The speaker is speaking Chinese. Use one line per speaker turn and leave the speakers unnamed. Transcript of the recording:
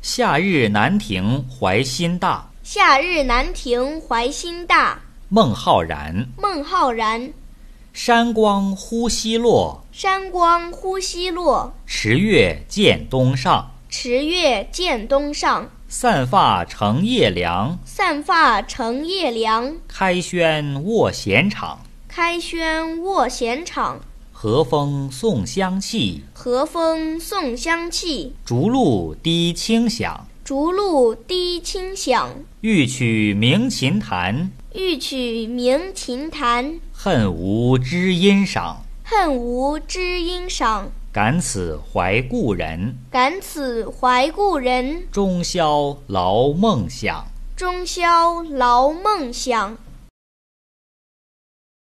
夏日南亭怀辛大，
夏日南亭怀辛大。
孟浩然。
孟浩然。
山光忽西落，
山光忽西落，
池月见东上。
池月见东上。
散发乘夜凉，
散发乘夜凉。
开轩卧闲场，
开轩卧闲场。
和风送香气，
和风送香气。
竹露滴清响，
竹露滴清响。
欲取鸣琴弹，
欲取鸣琴弹。
恨无知音赏，
恨无知音赏。
感此怀故人，
感此怀故人。
终宵劳梦想。
终宵劳梦想。